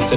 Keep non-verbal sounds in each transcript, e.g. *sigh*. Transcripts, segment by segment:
C'est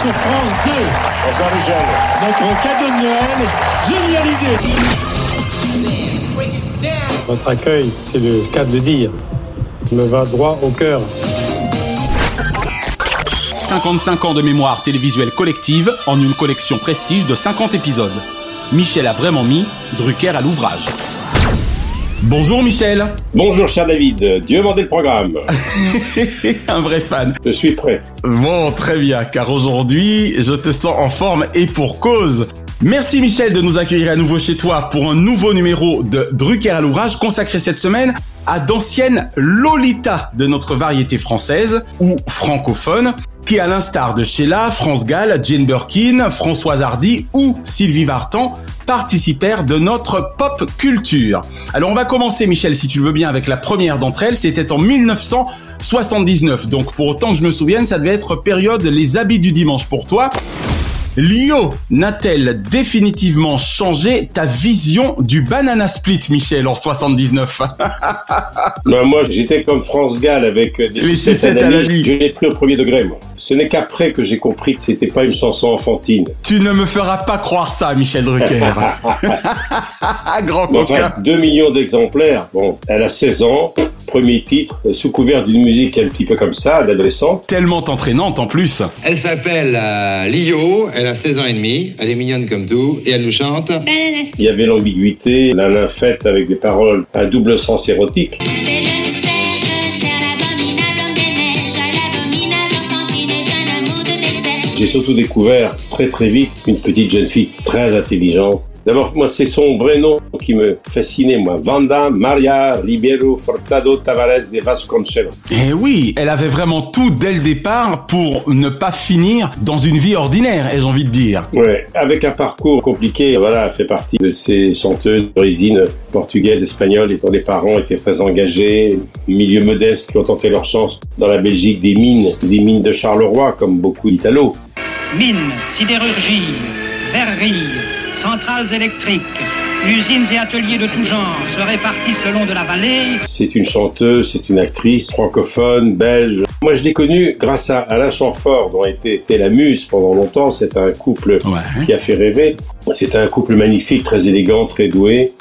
sur France 2. Bonsoir Michel. Notre cadeau de Noël, génial idée. Votre accueil, c'est le cas de le dire, me va droit au cœur. 55 ans de mémoire télévisuelle collective en une collection prestige de 50 épisodes. Michel a vraiment mis Drucker à l'ouvrage. Bonjour Michel Bonjour cher David, Dieu mandait le programme. *laughs* Un vrai fan. Je suis prêt. Bon, très bien, car aujourd'hui, je te sens en forme et pour cause. Merci Michel de nous accueillir à nouveau chez toi pour un nouveau numéro de Drucker à l'ouvrage consacré cette semaine à d'anciennes Lolita de notre variété française ou francophone qui à l'instar de Sheila, France Gall, Jane Birkin, Françoise Hardy ou Sylvie Vartan participèrent de notre pop culture. Alors on va commencer Michel si tu le veux bien avec la première d'entre elles, c'était en 1979. Donc pour autant que je me souvienne, ça devait être période les habits du dimanche pour toi. Lio n'a-t-elle définitivement changé ta vision du banana split Michel en 79 Ben, moi, j'étais comme France Gall avec euh, des Les sucettes sucettes à la lie. Je l'ai pris au premier degré, moi. Ce n'est qu'après que j'ai compris que c'était pas une chanson enfantine. *laughs* Tu ne me feras pas croire ça Michel Drucker. Grand Mais coquin. Enfin, 2 millions d'exemplaires. Bon, elle a 16 ans. Premier titre, euh, sous couvert d'une musique un petit peu comme ça, d'adolescente. tellement entraînante en plus. Elle s'appelle euh, Lio, elle a 16 ans et demi, elle est mignonne comme tout, et elle nous chante. Il y avait l'ambiguïté, la nymphette avec des paroles à double sens érotique. J'ai surtout découvert très très vite une petite jeune fille très intelligente. D'abord, moi, c'est son vrai nom qui me fascinait, moi. Vanda Maria Ribeiro Furtado Tavares de Vasconcelos. Et Eh oui, elle avait vraiment tout dès le départ pour ne pas finir dans une vie ordinaire, ai-je envie de dire. Ouais, avec un parcours compliqué, voilà, elle fait partie de ces chanteuses d'origine portugaise, espagnole, et dont les parents étaient très engagés, milieu modeste, qui ont tenté leur chance dans la Belgique des mines, des mines de Charleroi, comme beaucoup d'Italos. Mines, sidérurgie, verrerie, centrales électriques, usines et ateliers de tout genre se répartissent le long de la vallée. C'est une chanteuse, c'est une actrice francophone, belge. Moi, je l'ai connue grâce à Alain Chamfort, dont a été, était la muse pendant longtemps. C'est un couple Ouais. qui a fait rêver. C'est un couple magnifique, très élégant, très doué.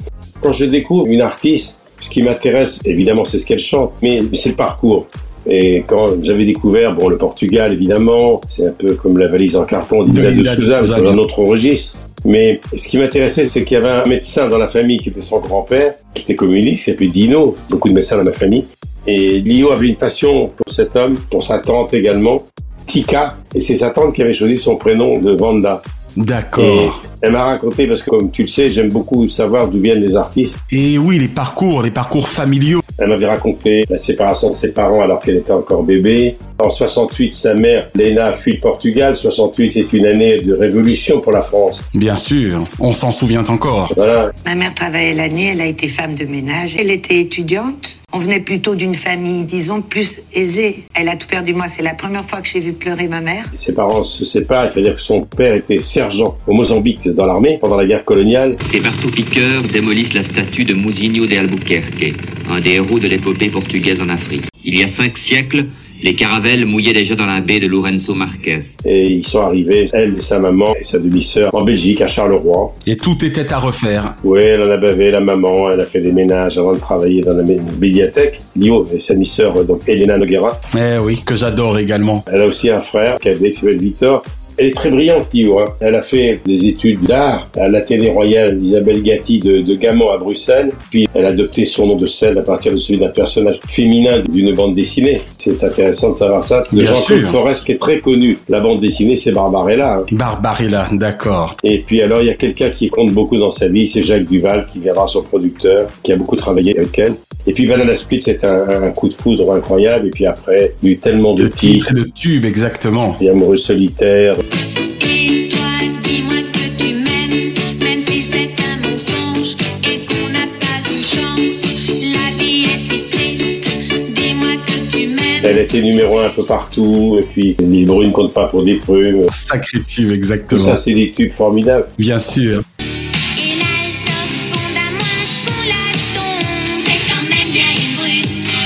Quand je découvre une artiste, ce qui m'intéresse, évidemment, c'est ce qu'elle chante, mais c'est le parcours. Et quand j'avais découvert, bon, le Portugal, évidemment, c'est un peu comme la valise en carton d'Isla de, Isla de Souza, Souza, dans bien. un autre registre. Mais ce qui m'intéressait, c'est qu'il y avait un médecin dans la famille qui était son grand-père, qui était communiste, qui s'appelait Dino, beaucoup de médecins dans ma famille. Et Lio avait une passion pour cet homme, pour sa tante également, Tika. Et c'est sa tante qui avait choisi son prénom de Vanda. Et D'accord. elle m'a raconté, parce que comme tu le sais, j'aime beaucoup savoir d'où viennent les artistes. Et Eh oui, les parcours, les parcours familiaux. Elle m'avait raconté la séparation de ses parents alors qu'elle était encore bébé. En 68, sa mère, Léna, fuit le Portugal. 68 est une année de révolution pour la France. Bien sûr, on s'en souvient encore. Voilà. Ma mère travaillait la nuit, elle a été femme de ménage. Elle était étudiante. On venait plutôt d'une famille, disons, plus aisée. Elle a tout perdu, moi. C'est la première fois que j'ai vu pleurer ma mère. Ses parents se séparent, c'est-à-dire que son père était sergent au Mozambique dans l'armée pendant la guerre coloniale. Ces marteaux-piqueurs démolissent la statue de Mousinho de Albuquerque, un des héros de l'épopée portugaise en Afrique. Il y a cinq siècles, les caravelles mouillaient déjà dans la baie de Lourenço Marquez. Et ils sont arrivés, elle et sa maman et sa demi-sœur, en Belgique, à Charleroi. Et tout était à refaire. Oui, elle en a bavé, la maman, elle a fait des ménages avant de travailler dans la mé- médiathèque. Lio et sa demi-sœur, donc Elena Noguera, Eh oui, que j'adore également. Elle a aussi un frère, cadet, qui s'appelle Victor. Elle est très brillante, Lio. hein. Elle a fait des études d'art à la télé royale Isabelle Gatti de, de Gaman à Bruxelles. Puis elle a adopté son nom de scène à partir de celui d'un personnage féminin d'une bande dessinée. C'est intéressant de savoir ça. De Bien Jean-Claude sûr. Forest qui est très connu. La bande dessinée, c'est Barbarella. hein. Barbarella, d'accord. Et puis alors, il y a quelqu'un qui compte beaucoup dans sa vie, c'est Jacques Duval, qui viendra son producteur, qui a beaucoup travaillé avec elle. Et puis Banana Split, c'est un, un coup de foudre incroyable. Et puis après, il y a eu tellement de, De titres. titre et de tube, exactement. Il y a Amoureux solitaire, Et toi, dis-moi que tu m'aimes, même si c'est un mensonge et qu'on n'a pas une chance. La vie est si triste, dis-moi que tu m'aimes. elle était numéro un un peu partout. Et puis Les brunes comptent pas pour des prunes. Sacré tube, Tout exactement. ça, c'est des tubes formidables. Bien sûr. Et la chose qu'on a moins qu'on la tombe, c'est quand même bien une brune.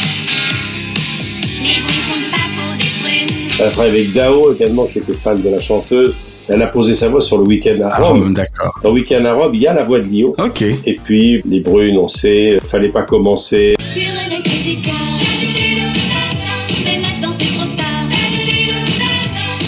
Les brunes comptent pas pour des brunes. Elle a travaillé avec Dao également, qui était fan de la chanteuse. Elle a posé sa voix sur le week-end à Ah, Rome. d'accord. Dans Week-end à Rome, il y a la voix de Lio. Ok. Et puis, les brunes, on sait, euh, fallait pas commencer. Tu relèves tes écarts. Mais maintenant c'est trop tard.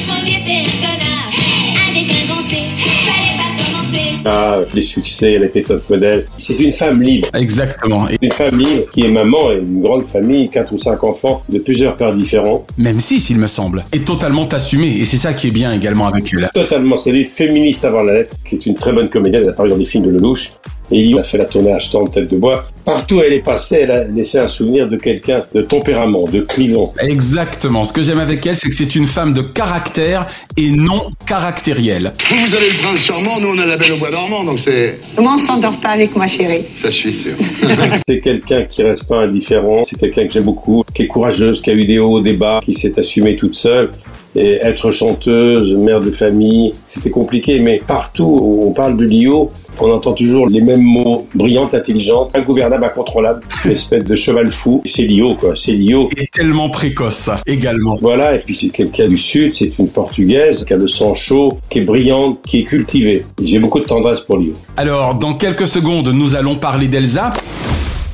Mon vieux, t'es un connard. Avec un grand T, fallait pas commencer. Ah, les succès, elle était top modèle. C'est une femme libre. Exactement. Et Une femme libre qui est maman et une grande famille, quatre ou cinq enfants de plusieurs pères différents. même si, il me semble, est totalement assumé. Et c'est ça qui est bien également avec elle. Totalement saluée, féministe avant la lettre, qui est une très bonne comédienne. Elle a apparu dans les films de Lelouch. Et Lyon a fait la tournée achetant tête de bois. Partout où elle est passée, elle a laissé un souvenir de quelqu'un de tempérament, de clivant. Exactement. Ce que j'aime avec elle, c'est que c'est une femme de caractère et non caractérielle. Vous, vous avez le prince charmant, nous on a la belle au bois dormant, donc c'est... Comment on s'endort pas avec moi, chérie Ça, je *laughs* suis sûr. C'est quelqu'un qui reste pas indifférent. C'est quelqu'un que j'aime beaucoup, qui est courageuse, qui a eu des hauts, des bas, qui s'est assumée toute seule. Et être chanteuse, mère de famille, c'était compliqué, mais partout où on parle de Lio, on entend toujours les mêmes mots. Brillante, intelligente, ingouvernable, incontrôlable, *laughs* une espèce de cheval fou. C'est Lio, quoi. C'est Lio. Et tellement précoce, également. Voilà, et puis c'est quelqu'un du Sud, c'est une Portugaise qui a le sang chaud, qui est brillante, qui est cultivée. J'ai beaucoup de tendresse pour Lio. Alors, dans quelques secondes, nous allons parler d'Elsa.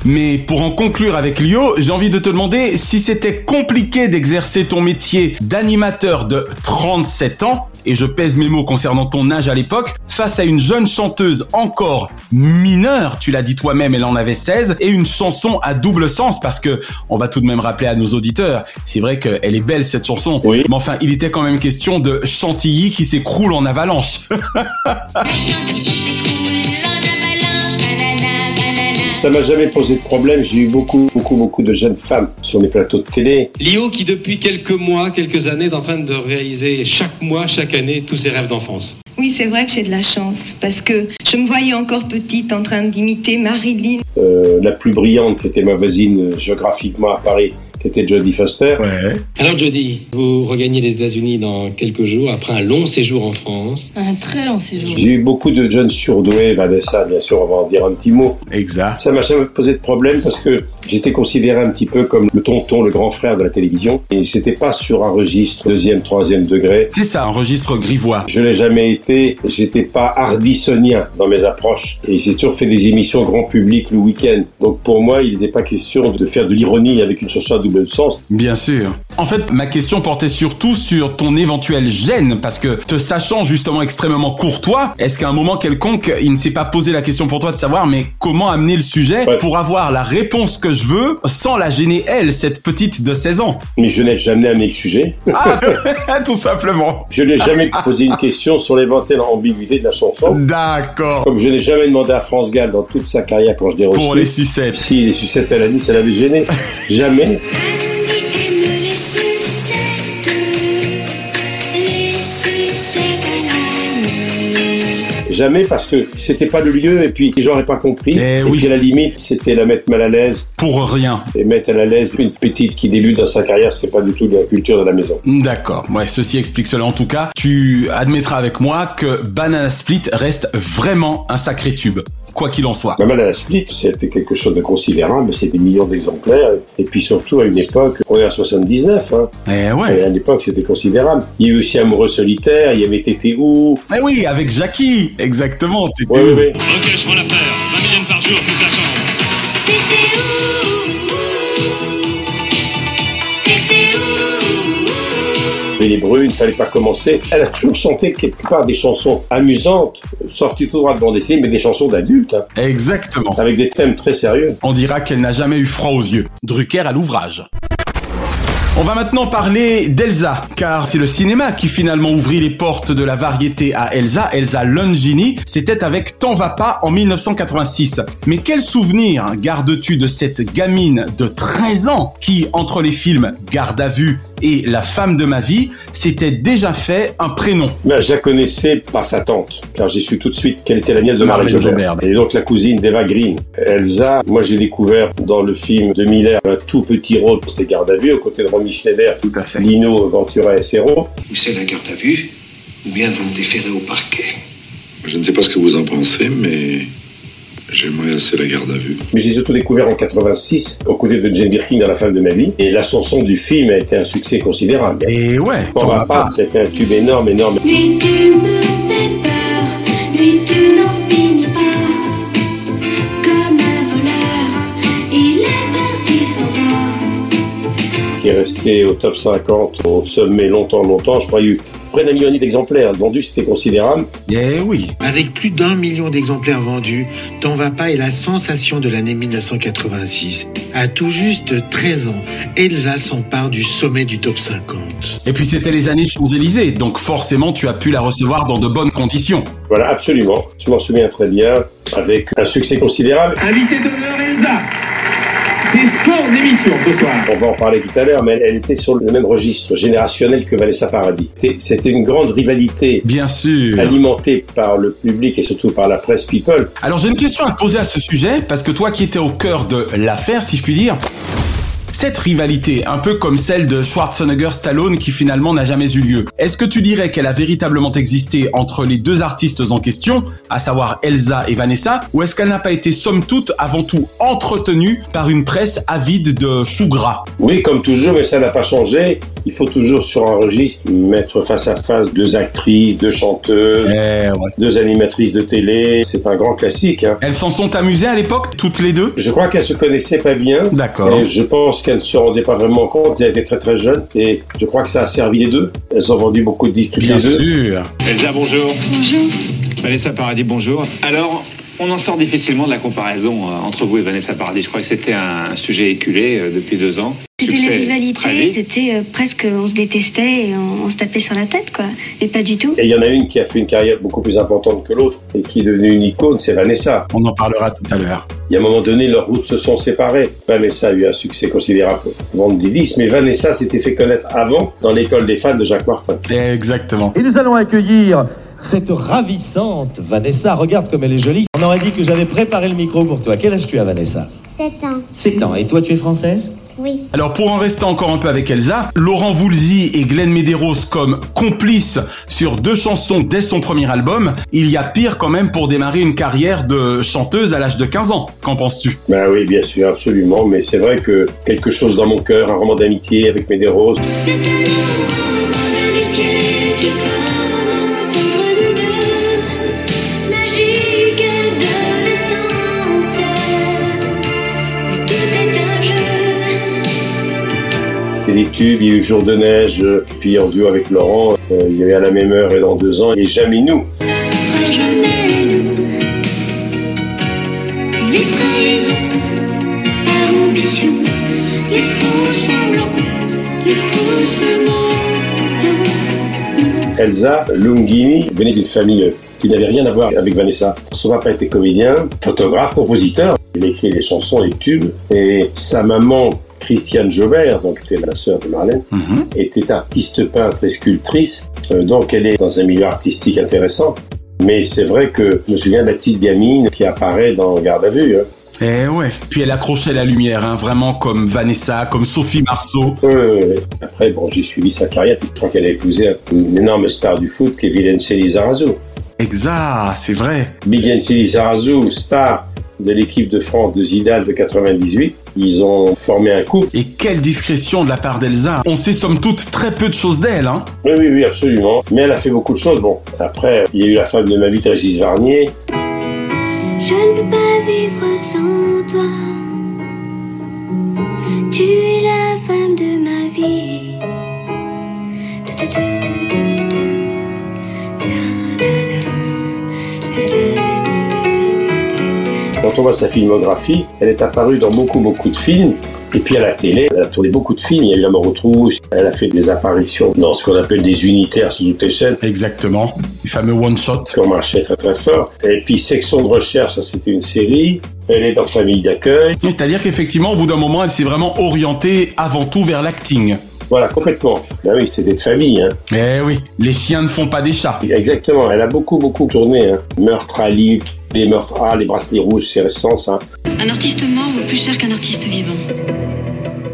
Mais pour en conclure avec Lio, j'ai envie de te demander si c'était compliqué d'exercer ton métier d'animateur de 37 ans, et je pèse mes mots concernant ton âge à l'époque, face à une jeune chanteuse encore mineure, tu l'as dit toi-même, elle en avait 16, et une chanson à double sens, parce que, on va tout de même rappeler à nos auditeurs, c'est vrai qu'elle est belle cette chanson, Oui. mais enfin, il était quand même question de Chantilly qui s'écroule en avalanche. La chantilly s'écroule en avalanche, banana, banana. Ça m'a jamais posé de problème. J'ai eu beaucoup, beaucoup, beaucoup de jeunes femmes sur mes plateaux de télé. Léo qui depuis quelques mois, quelques années est en train de réaliser chaque mois, chaque année tous ses rêves d'enfance. Oui, c'est vrai que j'ai de la chance parce que je me voyais encore petite en train d'imiter Marilyn. Euh, la plus brillante, qui était ma voisine euh, géographiquement à Paris, qui était Jodie Foster. *laughs* Ouais. Alors Jody, vous regagnez les États-Unis dans quelques jours après un long séjour en France. Un très long séjour. J'ai eu beaucoup de jeunes surdoués, Vanessa, bien sûr, on va en dire un petit mot. Exact. Ça m'a jamais posé de problème parce que j'étais considéré un petit peu comme le tonton, le grand frère de la télévision. Et c'était pas sur un registre deuxième, troisième degré. C'est ça, un registre grivois. Je l'ai jamais été, j'étais pas hardissonien dans mes approches et j'ai toujours fait des émissions grand public le week-end. Donc pour moi, il n'était pas question de faire de l'ironie avec une chanson à double sens. Bien sûr. En fait, ma question portait surtout sur ton éventuel gêne, parce que te sachant justement extrêmement courtois, est-ce qu'à un moment quelconque, il ne s'est pas posé la question pour toi de savoir, mais comment amener le sujet Ouais. pour avoir la réponse que je veux sans la gêner elle, cette petite de 16 ans Mais je n'ai jamais amené le sujet. Ah, *laughs* tout simplement. Je n'ai *laughs* jamais posé une question sur l'éventuelle ambiguïté de la chanson. D'accord. Comme je n'ai jamais demandé à France Gall dans toute sa carrière quand je l'ai reçu. Pour les sucettes. Si les sucettes à la nice, ça l'avait *laughs* gêné. jamais. Annie aime les sucettes, les sucettes à l'année. Jamais parce que c'était pas le lieu et puis les gens n'auraient pas compris. Eh et oui. puis à la limite, c'était la mettre mal à l'aise. Pour rien. et mettre à la l'aise une petite qui débute dans sa carrière, c'est pas du tout de la culture de la maison. D'accord. Ouais, ceci explique cela. En tout cas, tu admettras avec moi que Banana Split reste vraiment un sacré tube. Quoi qu'il en soit. Maman à la split, c'était quelque chose de considérable, c'est des millions d'exemplaires, et puis surtout à une époque, on est à 79, hein. Eh ouais. Et à l'époque c'était considérable. Il y a eu aussi Amoureux solitaire, il y avait Tété Où. Eh oui, avec Jackie, exactement. t'étais Ouais, où ouais, ouais. Ok, je prends l'affaire. 20 millions par jour, toute la chambre. T'étais où T'étais où avait les brunes, fallait pas commencer. Elle a toujours chanté quelque part des chansons amusantes, sorties tout droit de bande dessinée, mais des chansons d'adultes. hein. Exactement. Avec des thèmes très sérieux. On dira qu'elle n'a jamais eu froid aux yeux. Drucker à l'ouvrage. On va maintenant parler d'Elsa, car c'est le cinéma qui finalement ouvrit les portes de la variété à Elsa. Elsa Longini, c'était avec T'en va pas en 1986. Mais quel souvenir hein, gardes-tu de cette gamine de 13 ans qui, entre les films Garde à vue et La femme de ma vie, s'était déjà fait un prénom Ben, je la connaissais par sa tante, car j'ai su tout de suite qu'elle était la nièce de Marie Marlène Jobert. Et donc la cousine d'Eva Green. Elsa, moi j'ai découvert dans le film de Miller un tout petit rôle pour ses gardes à vue, aux côtés de Romy Schneider, Lino Ventura et Serrault. Ou c'est la garde à vue, ou bien vous me déférez au parquet. Je ne sais pas ce que vous en pensez, mais j'aimerais assez la garde à vue. Mais j'ai surtout découvert en 86, aux côtés de Jane Birkin dans La femme de ma vie. Et la chanson du film a été un succès considérable. Et Eh ouais, t'en vas pas. C'était un tube énorme, énorme. Lui tu me fais peur, lui tu n'en finis pas. Comme un voleur, il est parti sans voir. qui est resté au top 50, au sommet longtemps, longtemps. Je crois qu'il y a eu près d'un million d'exemplaires vendus, c'était considérable. Eh oui. Avec plus d'un million d'exemplaires vendus, T'en va pas est la sensation de l'année 1986. À tout juste 13 ans, Elsa s'empare du sommet du top 50. Et puis c'était les années Champs-Élysées, donc forcément tu as pu la recevoir dans de bonnes conditions. Voilà, absolument. Je m'en souviens très bien, avec un succès considérable. Invité d'honneur Elsa. C'est son émission ce soir. On va en parler tout à l'heure, mais elle, elle était sur le même registre générationnel que Vanessa Paradis. C'était- C'était une grande rivalité. Bien sûr. Alimentée par le public et surtout par la presse people. Alors j'ai une question à te poser à ce sujet, parce que toi qui étais au cœur de l'affaire, si je puis dire, cette rivalité, un peu comme celle de Schwarzenegger-Stallone qui finalement n'a jamais eu lieu, est-ce que tu dirais qu'elle a véritablement existé entre les deux artistes en question, à savoir Elsa et Vanessa, ou est-ce qu'elle n'a pas été somme toute avant tout entretenue par une presse avide de chou gras Oui, comme toujours, mais ça n'a pas changé. Il faut toujours sur un registre mettre face à face deux actrices, deux chanteuses, deux animatrices de télé. C'est un grand classique. hein. Elles s'en sont amusées à l'époque, toutes les deux Je crois qu'elles se connaissaient pas bien. D'accord. Et je pense qu'elles ne se rendaient pas vraiment compte. Elles étaient très très jeunes et je crois que ça a servi les deux. Elles ont vendu beaucoup de disques toutes Bien les deux. sûr. Elsa, bonjour. Bonjour. Vanessa Paradis, bonjour. Alors, on en sort difficilement de la comparaison euh, entre vous et Vanessa Paradis. Je crois que c'était un sujet éculé euh, depuis deux ans. C'était la très rivalité, vite. c'était euh, presque on se détestait et on, on se tapait sur la tête quoi, mais pas du tout. Et il y en a une qui a fait une carrière beaucoup plus importante que l'autre et qui est devenue une icône, c'est Vanessa. On en parlera tout à l'heure. Il y a un moment donné, leurs routes se sont séparées. Vanessa a eu un succès considérable, vendre des disques, mais Vanessa s'était fait connaître avant dans l'école des fans de Jacques Martin. Exactement. Et nous allons accueillir cette ravissante Vanessa. Regarde comme elle est jolie. On aurait dit que j'avais préparé le micro pour toi. Quel âge tu as, Vanessa 7 ans, 7 ans. Et toi, tu es française oui. Alors pour en rester encore un peu avec Elsa, Laurent Voulzy et Glenn Medeiros comme complices sur deux chansons dès son premier album, il y a pire quand même pour démarrer une carrière de chanteuse à l'âge de 15 ans. Qu'en penses-tu Ben oui, bien sûr, absolument, mais c'est vrai que quelque chose dans mon cœur, un roman d'amitié avec Medeiros, C'est un roman d'amitié qui commence entre nous deux, magique adolescence. Où tout est un jeu. c'était des tubes, il y a eu Jour de neige, euh, puis en duo avec Laurent, euh, il y avait à la même heure et dans deux ans, et jamais nous. Ce serait jamais nous. Les trahisons, par ambition, les faux semblants, les faux semblants. Elsa Lungini venait d'une famille euh, qui n'avait rien à voir avec Vanessa. Son papa était comédien, photographe, compositeur. Il écrit les chansons, les tubes. Et sa maman, Christiane Jobert, donc qui était la sœur de Marlène, était artiste peintre et sculptrice. Euh, donc elle est dans un milieu artistique intéressant. Mais c'est vrai que je me souviens de la petite gamine qui apparaît dans Garde à vue. hein. Eh ouais. Puis elle accrochait la lumière, hein, vraiment comme Vanessa, comme Sophie Marceau. Euh, après, bon, j'ai suivi sa carrière. puis Je crois qu'elle a épousé un- une énorme star du foot qui est Vilenci Lizarazu. Exact, c'est vrai. Vilenci Lizarazu, star de l'équipe de France de Zidane de 98. Ils ont formé un couple. Et quelle discrétion de la part d'Elsa. On sait somme toute très peu de choses d'elle. Hein. Oui, oui, oui, absolument. Mais elle a fait beaucoup de choses. Bon, après, il y a eu la femme de ma vie, Régis Varnier. Je ne peux pas vivre sans toi. Tu es la femme de ma vie. Tout, tout, tout, Quand on voit sa filmographie, elle est apparue dans beaucoup, beaucoup de films. Et puis à la télé, elle a tourné beaucoup de films. Il y a eu La mort aux trousses. Elle a fait des apparitions dans ce qu'on appelle des unitaires sous toute échelle. Exactement. Les fameux one-shot. Qui ont marché très, très fort. Et puis Section de recherche, ça c'était une série. Elle est dans Famille d'accueil. Mais C'est-à-dire qu'effectivement, au bout d'un moment, elle s'est vraiment orientée avant tout vers l'acting. Voilà, complètement. Ben oui, c'était de famille. Hein. Eh oui, les chiens ne font pas des chats. Exactement, elle a beaucoup, beaucoup tourné. hein. Meurtre à Lille, les meurtres à, les bracelets rouges, c'est récent ça. Un artiste mort vaut plus cher qu'un artiste vivant.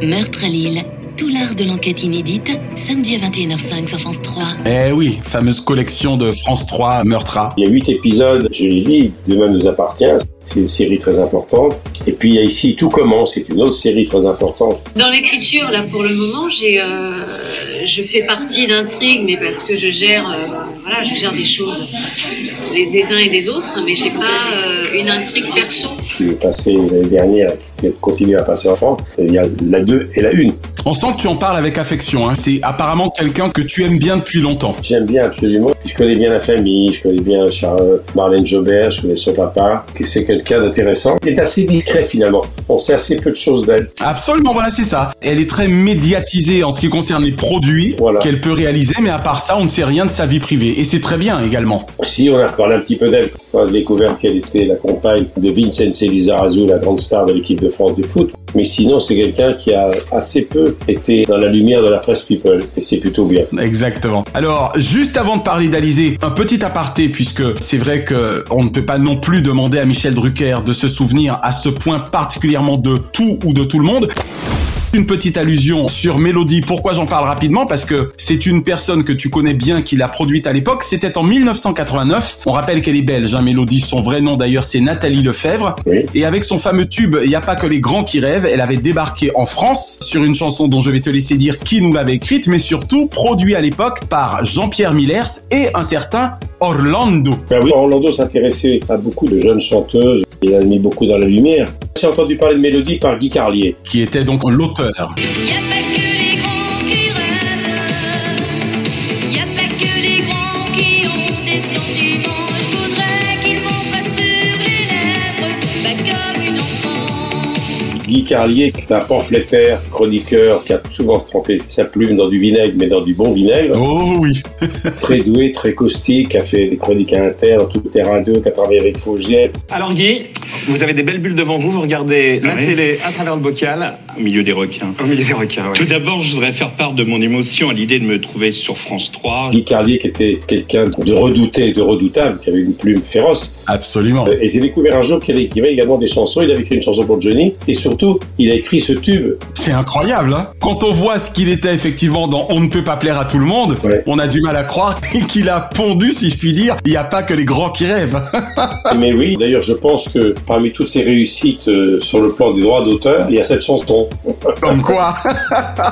Meurtre à Lille, tout l'art de l'enquête inédite, samedi à 21h05 sur France 3. Eh oui, fameuse collection de France 3, Meurtre à. Il y a huit épisodes, je l'ai dit, Demain nous appartient. C'est une série très importante. Et puis il y a ici Tout commence, c'est une autre série très importante. Dans l'écriture, là, pour le moment, j'ai, euh, je fais partie d'intrigues, mais parce que je gère, euh, voilà, je gère des choses les, des uns et des autres, mais j'ai pas euh, une intrigue perso. Qui est passée l'année dernière, qui continue à passer en France. Il y a la 2 et la 1. On sent que tu en parles avec affection. hein. C'est apparemment quelqu'un que tu aimes bien depuis longtemps. J'aime bien absolument. Je connais bien la famille, je connais bien Charles, Marlène Jobert, je connais son papa, qui c'est quelqu'un d'intéressant et d'assez discret finalement. On sait assez peu de choses d'elle. Absolument, voilà, c'est ça. Elle est très médiatisée en ce qui concerne les produits qu'elle peut réaliser, mais à part ça, on ne sait rien de sa vie privée. Et c'est très bien également. Si on a parlé un petit peu d'elle, on a découvert qu'elle était la compagne de Vincenzo Lizarazu, la grande star de l'équipe de France de foot. Mais sinon, c'est quelqu'un qui a assez peu été dans la lumière de la presse people. Et c'est plutôt bien. Exactement. Alors, juste avant de parler d'Alizé, un petit aparté, puisque c'est vrai que on ne peut pas non plus demander à Michel Drucker de se souvenir à ce point particulièrement de tout ou de tout le monde. Une petite allusion sur Mélodie. Pourquoi j'en parle rapidement Parce que c'est une personne que tu connais bien qui l'a produite à l'époque. C'était en 1989. On rappelle qu'elle est belge, hein, Mélodie. Son vrai nom d'ailleurs, c'est Nathalie Lefebvre. Et avec son fameux tube Il n'y a pas que les grands qui rêvent, elle avait débarqué en France sur une chanson dont je vais te laisser dire qui nous l'avait écrite, mais surtout produit à l'époque par Jean-Pierre Millers et un certain Orlando. Ben oui, Orlando s'intéressait à beaucoup de jeunes chanteuses et a mis beaucoup dans la lumière. J'ai entendu parler de Mélodie par Guy Carlier. Qui était donc l'auteur. Y'a pas que les grands qui ont des sentiments. Je voudrais qu'ils m'en passent sur les lèvres, pas comme une enfant. Guy Carlier, qui est un pamphlétaire, chroniqueur, qui a souvent trempé sa plume dans du vinaigre, mais dans du bon vinaigre. Oh oui Très doué, très caustique, qui a fait des chroniques à Inter, tout terrain 2, qui a travaillé avec Faugier. Alors Guy, vous avez des belles bulles devant vous, vous regardez la télé à travers le bocal. Au milieu des requins. Au milieu des requins, ouais. Tout d'abord, je voudrais faire part de mon émotion à l'idée de me trouver sur France 3. Guy Carlier, qui était quelqu'un de redouté, de redoutable, qui avait une plume féroce. Absolument. Euh, Et j'ai découvert un jour qu'il avait écrit également des chansons. Il avait écrit une chanson pour Johnny. Et surtout, il a écrit ce tube. C'est incroyable, hein Quand on voit ce qu'il était effectivement dans On ne peut pas plaire à tout le monde, on a du mal à croire *laughs* qu'il a pondu, si je puis dire, il n'y a pas que les grands qui rêvent. *laughs* Mais oui, d'ailleurs, je pense que parmi toutes ses réussites euh, sur le plan des droits d'auteur, il y a cette chanson. Comme quoi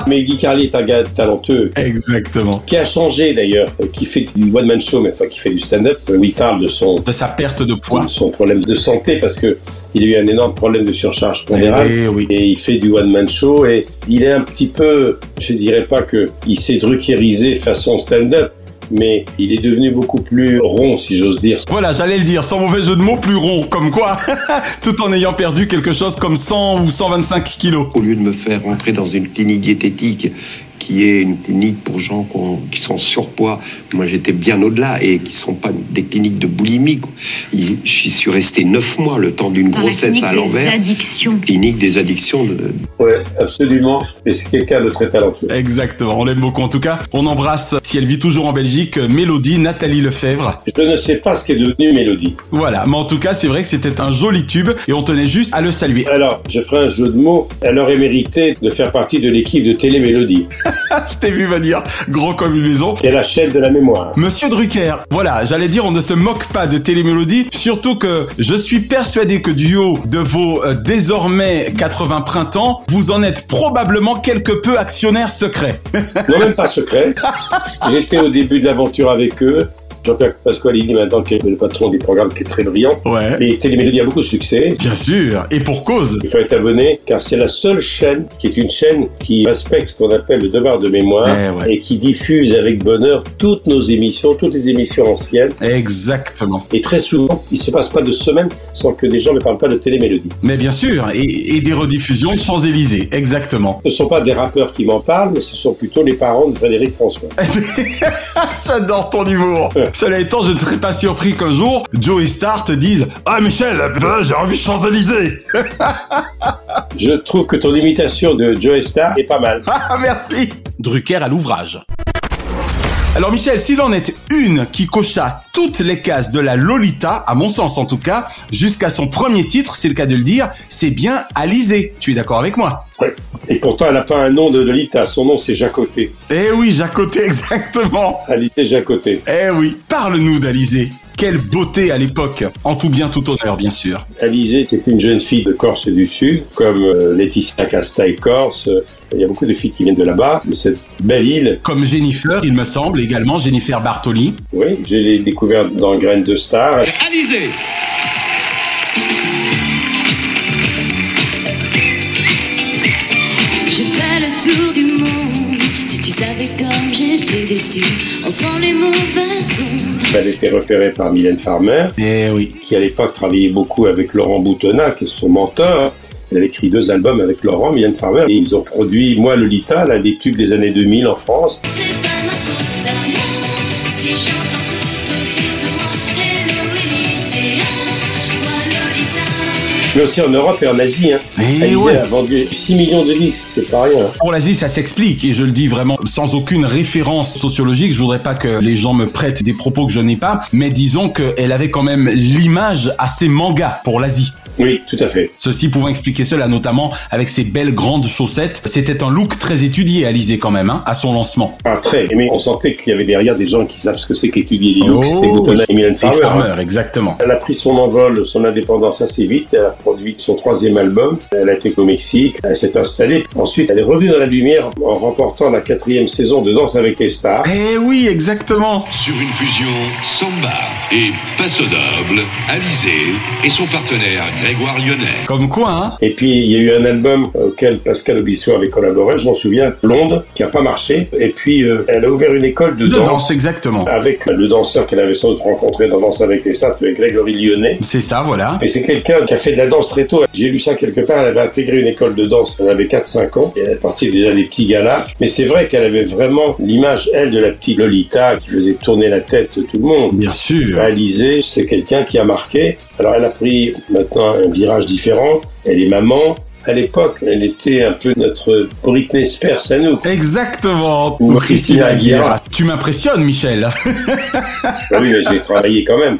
Mais Guy Carlier est un gars talentueux. Exactement. Qui a changé d'ailleurs, euh, qui fait du one-man show maintenant, qui fait du stand-up, euh, où il parle de son, de sa perte de poids. son problème de santé parce que il a eu un énorme problème de surcharge pondérale Eh oui. et il fait du one-man show et il est un petit peu, je dirais pas que il s'est druckérisé façon stand-up, mais il est devenu beaucoup plus rond si j'ose dire. Voilà, j'allais le dire, sans mauvais jeu de mots, plus rond, comme quoi, *laughs* tout en ayant perdu quelque chose comme 100 ou 125 kilos. Au lieu de me faire rentrer dans une clinique diététique qui est une clinique pour gens qu'on- qui sont surpoids, moi j'étais bien au-delà et qui sont pas des cliniques de boulimie. quoi. Il- Je suis resté neuf mois le temps Ah, d'une Dans la grossesse à clinique des l'envers. addictions. Clinique des addictions. de- Ouais, absolument. Et c'est quelqu'un de très talentueux. Exactement, on l'aime beaucoup en tout cas. On embrasse, si elle vit toujours en Belgique, Mélodie, Nathalie Lefebvre. Je ne sais pas ce qu'est devenu Mélodie. Voilà, mais en tout cas, c'est vrai que c'était un joli tube et on tenait juste à le saluer. *laughs* Alors, je ferai un jeu de mots. Elle aurait mérité de faire partie de l'équipe de Télémélodie. Ah, Je t'ai vu venir, gros comme une maison. Et la chaîne de la mémoire. Monsieur Drucker, voilà, j'allais dire, on ne se moque pas de Télémélodie, surtout que je suis persuadé que du haut de vos euh, désormais 80 printemps, vous en êtes probablement quelque peu actionnaire secret. Non, même pas secret. J'étais au début de l'aventure avec eux. Jean-Pierre Pasqualini, maintenant, qui est le patron du programme, qui est très brillant. Ouais. Et Télémélodie a beaucoup de succès. Bien sûr, et pour cause. Il faut être abonné, car c'est la seule chaîne qui est une chaîne qui respecte ce qu'on appelle le devoir de mémoire Eh ouais. et qui diffuse avec bonheur toutes nos émissions, toutes les émissions anciennes. Exactement. Et très souvent, il se passe pas de semaine sans que des gens ne parlent pas de Télémélodie. Mais bien sûr, et, et des rediffusions de Champs-Élysées, exactement. *laughs* Ce sont pas des rappeurs qui m'en parlent, mais ce sont plutôt les parents de Valérie François. J'adore ton humour. Cela étant, je ne serais pas surpris qu'un jour, Joe et Star te disent « Ah Michel, putain, j'ai envie de Champs-Élysées *laughs* Je trouve que ton imitation de Joe Star est pas mal. !» Ah, Merci Drucker à l'ouvrage. Alors Michel, s'il en est une qui cocha toutes les cases de la Lolita, à mon sens en tout cas, jusqu'à son premier titre, c'est le cas de le dire, c'est bien Alizé. Tu es d'accord avec moi Ouais. Et pourtant, elle n'a pas un nom de Lolita. Son nom, c'est Jacoté. Eh oui, Jacoté, *laughs* exactement. Alizé Jacoté. Eh oui, parle-nous d'Alizé. Quelle beauté à l'époque, en tout bien tout honneur bien sûr. Alizé, c'est une jeune fille de Corse du Sud, comme euh, Laetitia Casta est corse. Il y a beaucoup de filles qui viennent de là-bas, de cette belle île. Comme Jennifer, il me semble également, Jennifer Bartoli. Oui, je l'ai découverte dans Graines de Star. Alizé Je fais le tour du monde. Si tu savais comme j'étais déçue, on sent les mauvais ondes. Elle était repérée par Mylène Farmer, Eh qui à l'époque travaillait beaucoup avec Laurent Boutonnat, qui est son mentor. Elle avait écrit deux albums avec Laurent, Mylène Farmer, et ils ont produit Moi Lolita, l'un des tubes des années 2000 en France. Si j'entends tout autour de moi, Héloïté, moi Lolita. Mais aussi en Europe et en Asie. Hein. Eh Alizé ouais. a vendu 6 millions de disques, c'est pas rien. hein. Pour l'Asie, ça s'explique, et je le dis vraiment sans aucune référence sociologique, je voudrais pas que les gens me prêtent des propos que je n'ai pas, mais disons qu'elle avait quand même l'image assez manga pour l'Asie. Oui, tout à fait. Ceci pouvant expliquer cela, notamment avec ses belles grandes chaussettes. C'était un look très étudié, Alizé, quand même, hein, à son lancement. Ah, très. Mais on sentait qu'il y avait derrière des gens qui savent ce que c'est qu'étudier les looks. Oh, C'était Boutonnat et Mylène et Farmer. hein. Farmer, exactement. Elle a pris son envol, son indépendance assez vite. Elle a produit son troisième album. Elle a été au Mexique. Elle s'est installée. Ensuite, elle est revenue dans la lumière en remportant la quatrième saison de Danse avec les stars. Eh oui, exactement. Sur une fusion samba et passodable, Alizé et son partenaire Grégoire Lyonnais. Comme quoi, hein Et puis, il y a eu un album auquel Pascal Obispo avait collaboré, je m'en souviens, Londres, qui a pas marché. Et puis, euh, elle a ouvert une école de, De danse, exactement. Avec le danseur qu'elle avait sans doute rencontré dans Danse avec les stars, qui est Grégory Lyonnais. C'est ça, voilà. Et c'est quelqu'un qui a fait de la danse très tôt. J'ai lu ça quelque part. Elle avait intégré une école de danse. Elle avait 4-5 ans. Et elle partie déjà des petits galas. Mais c'est vrai qu'elle avait vraiment l'image, elle, de la petite Lolita qui faisait tourner la tête de tout le monde. Bien sûr. Alizé, c'est quelqu'un qui a marqué. Alors, elle a pris maintenant un virage différent. Elle est maman. À l'époque, elle était un peu notre Britney Spears à nous. Exactement. Ou Christina Aguilera. Tu m'impressionnes, Michel. Ah oui, mais j'ai travaillé quand même.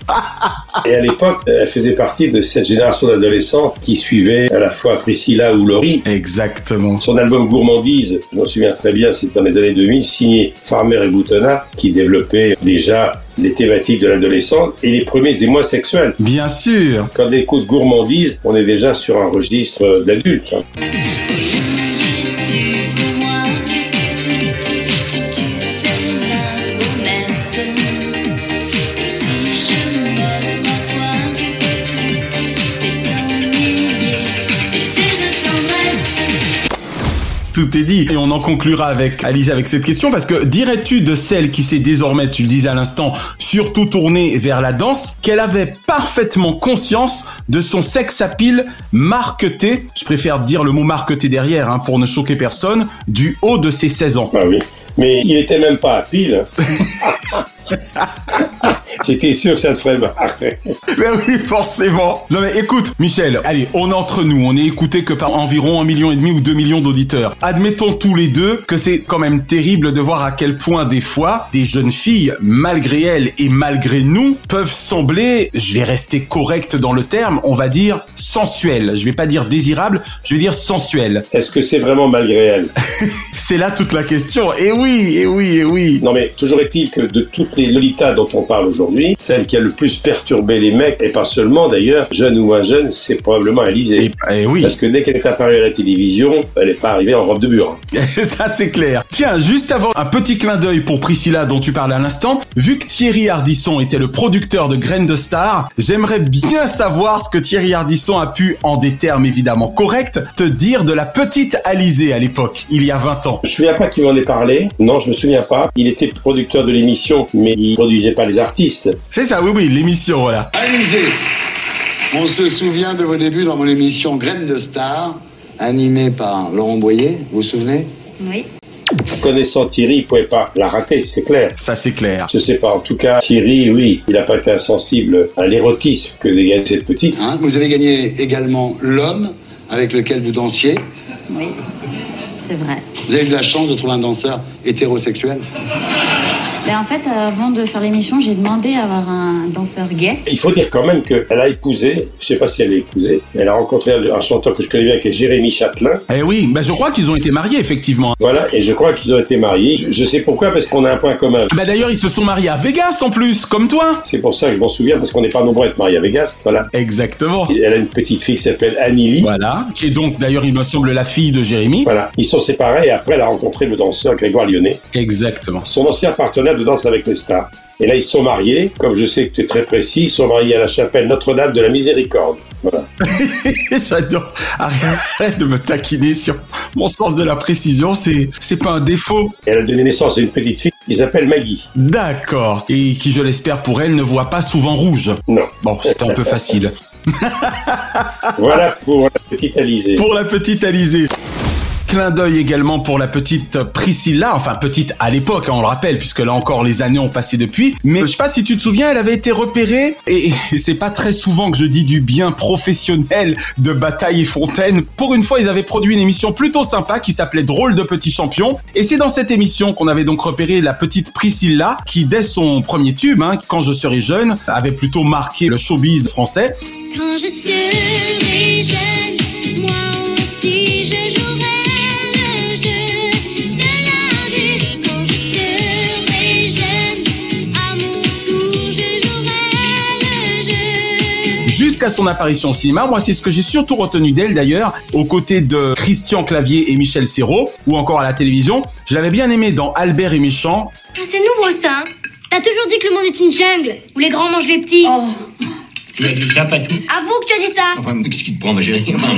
Et à l'époque, elle faisait partie de cette génération d'adolescents qui suivaient à la fois Priscilla ou Laurie. Exactement. Son album Gourmandise, je m'en souviens très bien, c'est dans les années 2000, signé Farmer et Boutonnat, qui développait déjà les thématiques de l'adolescence et les premiers émois sexuels. Bien sûr. Quand on écoute Gourmandise, on est déjà sur un registre euh, d'adulte. hein. Tue-moi, tu, tu, tu, tu, tu fais la promesse. Et si je meurs à toi, tu, tu, tu, tu, c'est un millier baiser de tendresse. Tout est dit. Et on en conclura avec Alizé avec cette question parce que dirais-tu de celle qui s'est désormais, tu le disais à l'instant, surtout tournée vers la danse, qu'elle avait parfaitement conscience de son sex appeal marqueté, je préfère dire le mot marqueté derrière hein, pour ne choquer personne, du haut de ses 16 ans. Ah oui. Mais il était même pas à pile. hein. J'étais sûr que ça te ferait marrer. *laughs* Mais Ben oui, forcément. Non mais écoute, Michel, allez, on est entre nous, on est écouté que par environ un million et demi ou deux millions d'auditeurs. Admettons tous les deux que c'est quand même terrible de voir à quel point des fois, des jeunes filles, malgré elles et malgré nous, peuvent sembler, je vais rester correct dans le terme, on va dire sensuelles. Je vais pas dire désirables, je vais dire sensuelles. Est-ce que c'est vraiment malgré elle C'est là toute la question. Et oui, et oui, et oui. Non mais toujours est-il que de toutes les Lolita dont on parle aujourd'hui, celle qui a le plus perturbé les mecs, et pas seulement d'ailleurs, jeune ou moins jeune, c'est probablement Alizée. Et, Eh, oui. Parce que dès qu'elle est apparue à la télévision, elle n'est pas arrivée en robe de bure. *laughs* Ça, c'est clair. Tiens, juste avant, un petit clin d'œil pour Priscilla dont tu parlais à l'instant. Vu que Thierry Hardisson était le producteur de Graines de Star, j'aimerais bien savoir ce que Thierry Hardisson a pu, en des termes évidemment corrects, te dire de la petite Alizée à l'époque, il y a 20 ans. Je me souviens pas qu'il m'en ait parlé. Non, je me souviens pas. Il était producteur de l'émission, mais il produisait pas les artistes. C'est ça, oui, oui, l'émission, voilà. Alizé, on se souvient de vos débuts dans mon émission Graines de Star, animée par Laurent Boyer, vous vous souvenez Oui. Connaissant Thierry, il pouvait pas la rater, c'est clair. Ça, c'est clair. Je sais pas. En tout cas, Thierry, oui, il n'a pas été insensible à l'érotisme que dégage cette petite. Hein, vous avez gagné également L'homme avec lequel vous dansiez. Oui, c'est vrai. Vous avez eu la chance de trouver un danseur hétérosexuel. Mais Ben, en fait, avant de faire l'émission, j'ai demandé à avoir un danseur gay. Il faut dire quand même qu'elle a épousé, je sais pas si elle l'a épousé, elle a rencontré un un chanteur que je connais bien qui est Jérémy Châtelain. Eh oui, bah je crois qu'ils ont été mariés, effectivement. Voilà, et je crois qu'ils ont été mariés. Je, je sais pourquoi, parce qu'on a un point commun. Bah d'ailleurs, ils se sont mariés à Vegas en plus, comme toi. C'est pour ça que je m'en souviens, parce qu'on n'est pas nombreux à être mariés à Vegas. Voilà. Exactement. Et Elle a une petite fille qui s'appelle Annie Lee. Voilà, qui est donc d'ailleurs, il me semble, la fille de Jérémy. Voilà. Ils sont séparés et après, elle a rencontré le danseur Grégoire Lyonnais, Exactement. son ancien partenaire de danse avec les stars. Et là, ils sont mariés, comme je sais que tu es très précis, ils sont mariés à la chapelle Notre-Dame de la Miséricorde. Voilà. *laughs* J'adore. Arrête de me taquiner sur mon sens de la précision, c'est c'est pas un défaut. Et elle a donné naissance à une petite fille qu'ils appellent Maggie. *laughs* D'accord. Et qui, je l'espère pour elle, ne voit pas souvent rouge. Non. Bon, c'était un peu facile. Voilà pour la petite Alizée. Pour la petite Alizée. Clin d'œil également pour la petite Priscilla, enfin petite à l'époque, hein, on le rappelle, puisque là encore les années ont passé depuis. Mais je sais pas si tu te souviens, elle avait été repérée, et, et c'est pas très souvent que je dis du bien professionnel de Bataille et Fontaine. Pour une fois, ils avaient produit une émission plutôt sympa qui s'appelait Drôle de Petit Champion. Et c'est dans cette émission qu'on avait donc repéré la petite Priscilla, qui dès son premier tube, hein, Quand je serai jeune, avait plutôt marqué le showbiz français. Quand je serai jeune, moi aussi je jouerai le jeu de la rue. Quand je serai jeune, à mon tour je jouerai le jeu. jusqu'à son apparition au cinéma. Moi, c'est ce que j'ai surtout retenu d'elle d'ailleurs, aux côtés de Christian Clavier et Michel Serrault, ou encore à la télévision. Je l'avais bien aimé dans Albert et Méchant. C'est nouveau ça. hein. T'as toujours dit que le monde est une jungle où les grands mangent les petits. Tu as dit ça, Fatou Avoue que tu as dit ça. Enfin, qu'est-ce qui te prend, ma chérie Enfin,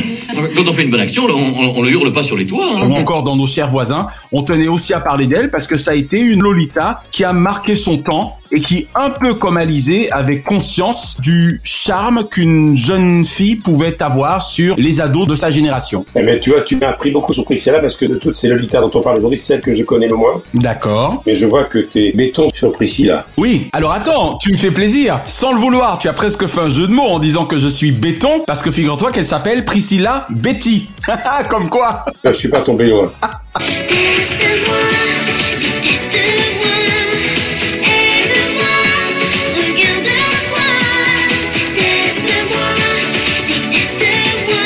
Quand on fait une bonne action, on, on- on le hurle pas sur les toits. hein. Ou encore dans Nos chers voisins. On tenait aussi à parler d'elle parce que ça a été une Lolita qui a marqué son temps et qui, un peu comme Alizé, avait conscience du charme qu'une jeune fille pouvait avoir sur les ados de sa génération. Eh ben, tu vois, tu m'as appris beaucoup sur Priscilla parce que de toutes ces Lolitas dont on parle aujourd'hui, c'est celle que je connais le moins. D'accord. Mais je vois que t'es béton sur Priscilla. Oui, alors attends, tu me fais plaisir. Sans le vouloir, tu as presque fait un jeu de mots en disant que je suis béton, parce que figure-toi qu'elle s'appelle Priscilla Betty. *laughs* Comme quoi Euh, Je suis pas tombé loin. Déteste-moi, déteste-moi, aime-moi, regarde-moi. Déteste-moi, déteste-moi.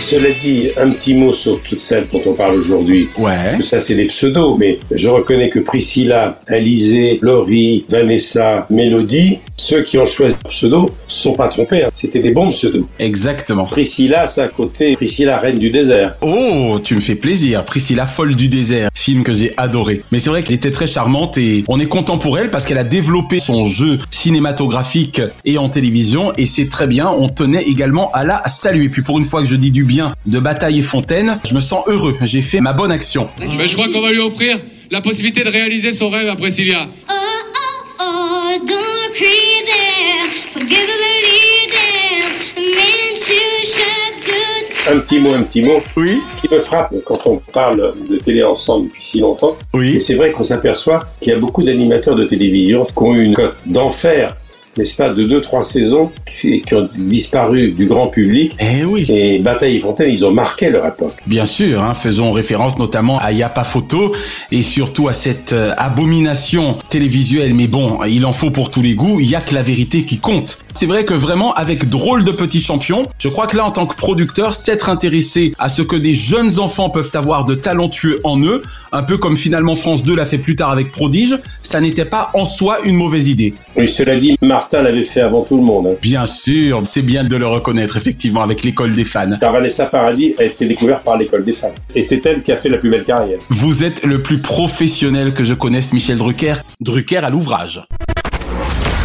Cela dit, un petit mot sur toutes celles dont on parle aujourd'hui. Ouais. Tout ça, c'est des pseudos, mais je reconnais que Priscilla, Alizé, Laurie, Vanessa, Mélodie, ceux qui ont choisi le pseudo, sont pas trompés. hein. C'était des bons pseudos. Exactement. Priscilla, c'est à côté Priscilla, reine du désert. Oh, tu me fais plaisir. Priscilla Folle du désert, film que j'ai adoré. Mais c'est vrai qu'elle était très charmante et on est content pour elle parce qu'elle a développé son jeu cinématographique et en télévision et c'est très bien. On tenait également à la saluer. Puis pour une fois que je dis du bien de Bataille et Fontaine, je me sens heureux. J'ai fait ma bonne action. Ah, Mais je crois qu'on va lui offrir la possibilité de réaliser son rêve à Priscilla. Oh, oh, oh, don't cry there. Forgive and believe them. Men shoot shots good. Un petit mot, un petit mot. Oui. Qui me frappe quand on parle de télé ensemble depuis si longtemps. Oui. Et c'est vrai qu'on s'aperçoit qu'il y a beaucoup d'animateurs de télévision qui ont eu une cote d'enfer n'est-ce pas, de deux, trois saisons qui, qui ont disparu du grand public. Et Eh oui. Et Bataille et Fontaine, ils ont marqué leur époque. Bien sûr, hein, faisons référence notamment à Y'a pas photo et surtout à cette euh, abomination télévisuelle. Mais bon, il en faut pour tous les goûts, il y a que la vérité qui compte. C'est vrai que vraiment, avec Drôle de Petit Champion, je crois que là, en tant que producteur, s'être intéressé à ce que des jeunes enfants peuvent avoir de talentueux en eux, un peu comme finalement France 2 l'a fait plus tard avec Prodige, ça n'était pas en soi une mauvaise idée. Et cela dit, Martin l'avait fait avant tout le monde. hein. Bien sûr, c'est bien de le reconnaître effectivement avec l'école des fans. Car Vanessa Paradis a été découverte par l'école des fans. Et c'est elle qui a fait la plus belle carrière. Vous êtes le plus professionnel que je connaisse, Michel Drucker. Drucker à l'ouvrage.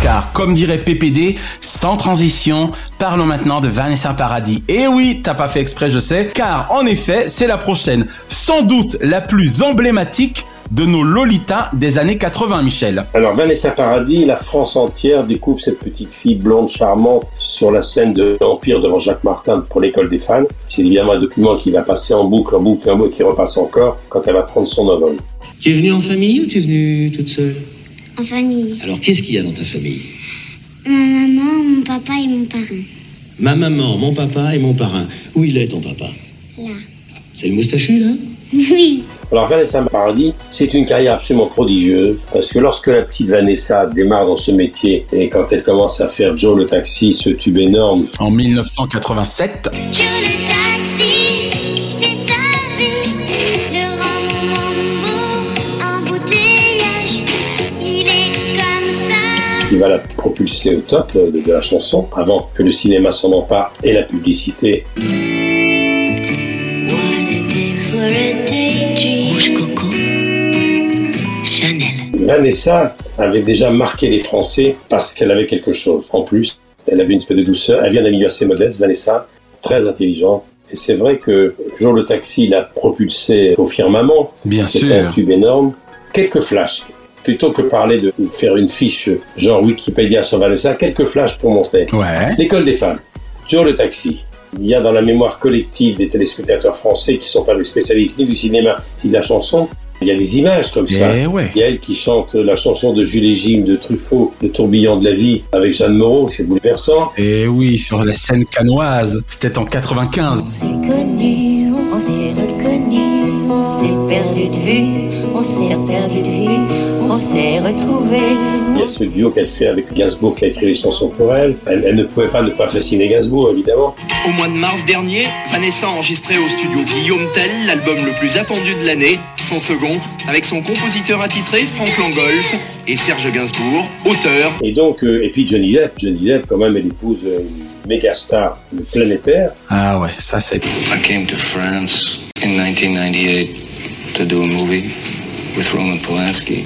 Car, comme dirait PPD, sans transition, parlons maintenant de Vanessa Paradis. Et oui, t'as pas fait exprès, je sais, car en effet, c'est la prochaine, sans doute la plus emblématique de nos Lolita des années 80, Michel. Alors Vanessa Paradis, la France entière découvre cette petite fille blonde charmante sur la scène de l'Empire devant Jacques Martin pour l'école des fans. C'est évidemment un document qui va passer en boucle, en boucle, en boucle, qui repasse encore quand elle va prendre son envol. Tu es venue en famille ou tu es venue toute seule En famille. Alors qu'est-ce qu'il y a dans ta famille Ma maman, mon papa et mon *laughs* parrain. Ma maman, mon papa et mon parrain. Où il est ton papa Là. C'est le moustachu là Oui. Alors Vanessa Paradis, c'est une carrière absolument prodigieuse parce que lorsque la petite Vanessa démarre dans ce métier et quand elle commence à faire Joe le taxi, ce tube énorme, En 1987, Joe le taxi, c'est sa vie. Le grand moment beau, embouteillage. Il est comme ça. qui va la propulser au top de, de la chanson avant que le cinéma s'en empare et la publicité. Rouge Coco, Chanel. Vanessa avait déjà marqué les Français parce qu'elle avait quelque chose. En plus, elle avait une espèce de douceur. Elle vient d'un milieu assez modeste, Vanessa, très intelligente. Et c'est vrai que Jour le taxi l'a propulsé au firmament. Bien C'est sûr. un tube énorme. Quelques flashs. Plutôt que parler de de faire une fiche genre Wikipédia sur Vanessa, quelques flashs pour montrer. Ouais. L'école des femmes. Joe le taxi. Il y a dans la mémoire collective des téléspectateurs français qui sont pas des spécialistes ni du cinéma ni de la chanson, il y a des images comme Eh ça. ouais. Il y a elle qui chante la chanson de Jules et Jim de Truffaut, Le tourbillon de la vie, avec Jeanne Moreau, c'est bouleversant. et Eh oui, sur la scène canoise, c'était en 95. Connu, on s'est reconnu, on s'est perdu de vue, on s'est perdu de vue, on s'est retrouvé. Il y a ce duo qu'elle fait avec Gainsbourg qui a écrit les chansons pour elle. Elle, elle ne pouvait pas ne pas fasciner Gainsbourg, évidemment. Au mois de mars dernier, Vanessa a enregistré au studio Guillaume Tell l'album le plus attendu de l'année, son second, avec son compositeur attitré Franck Langolf et Serge Gainsbourg, auteur. Et donc, euh, et puis Johnny Depp, Johnny Depp quand même, elle épouse euh, une méga star planétaire. Ah ouais, ça c'est... I came to France in 1998 to do a movie with Roman Polanski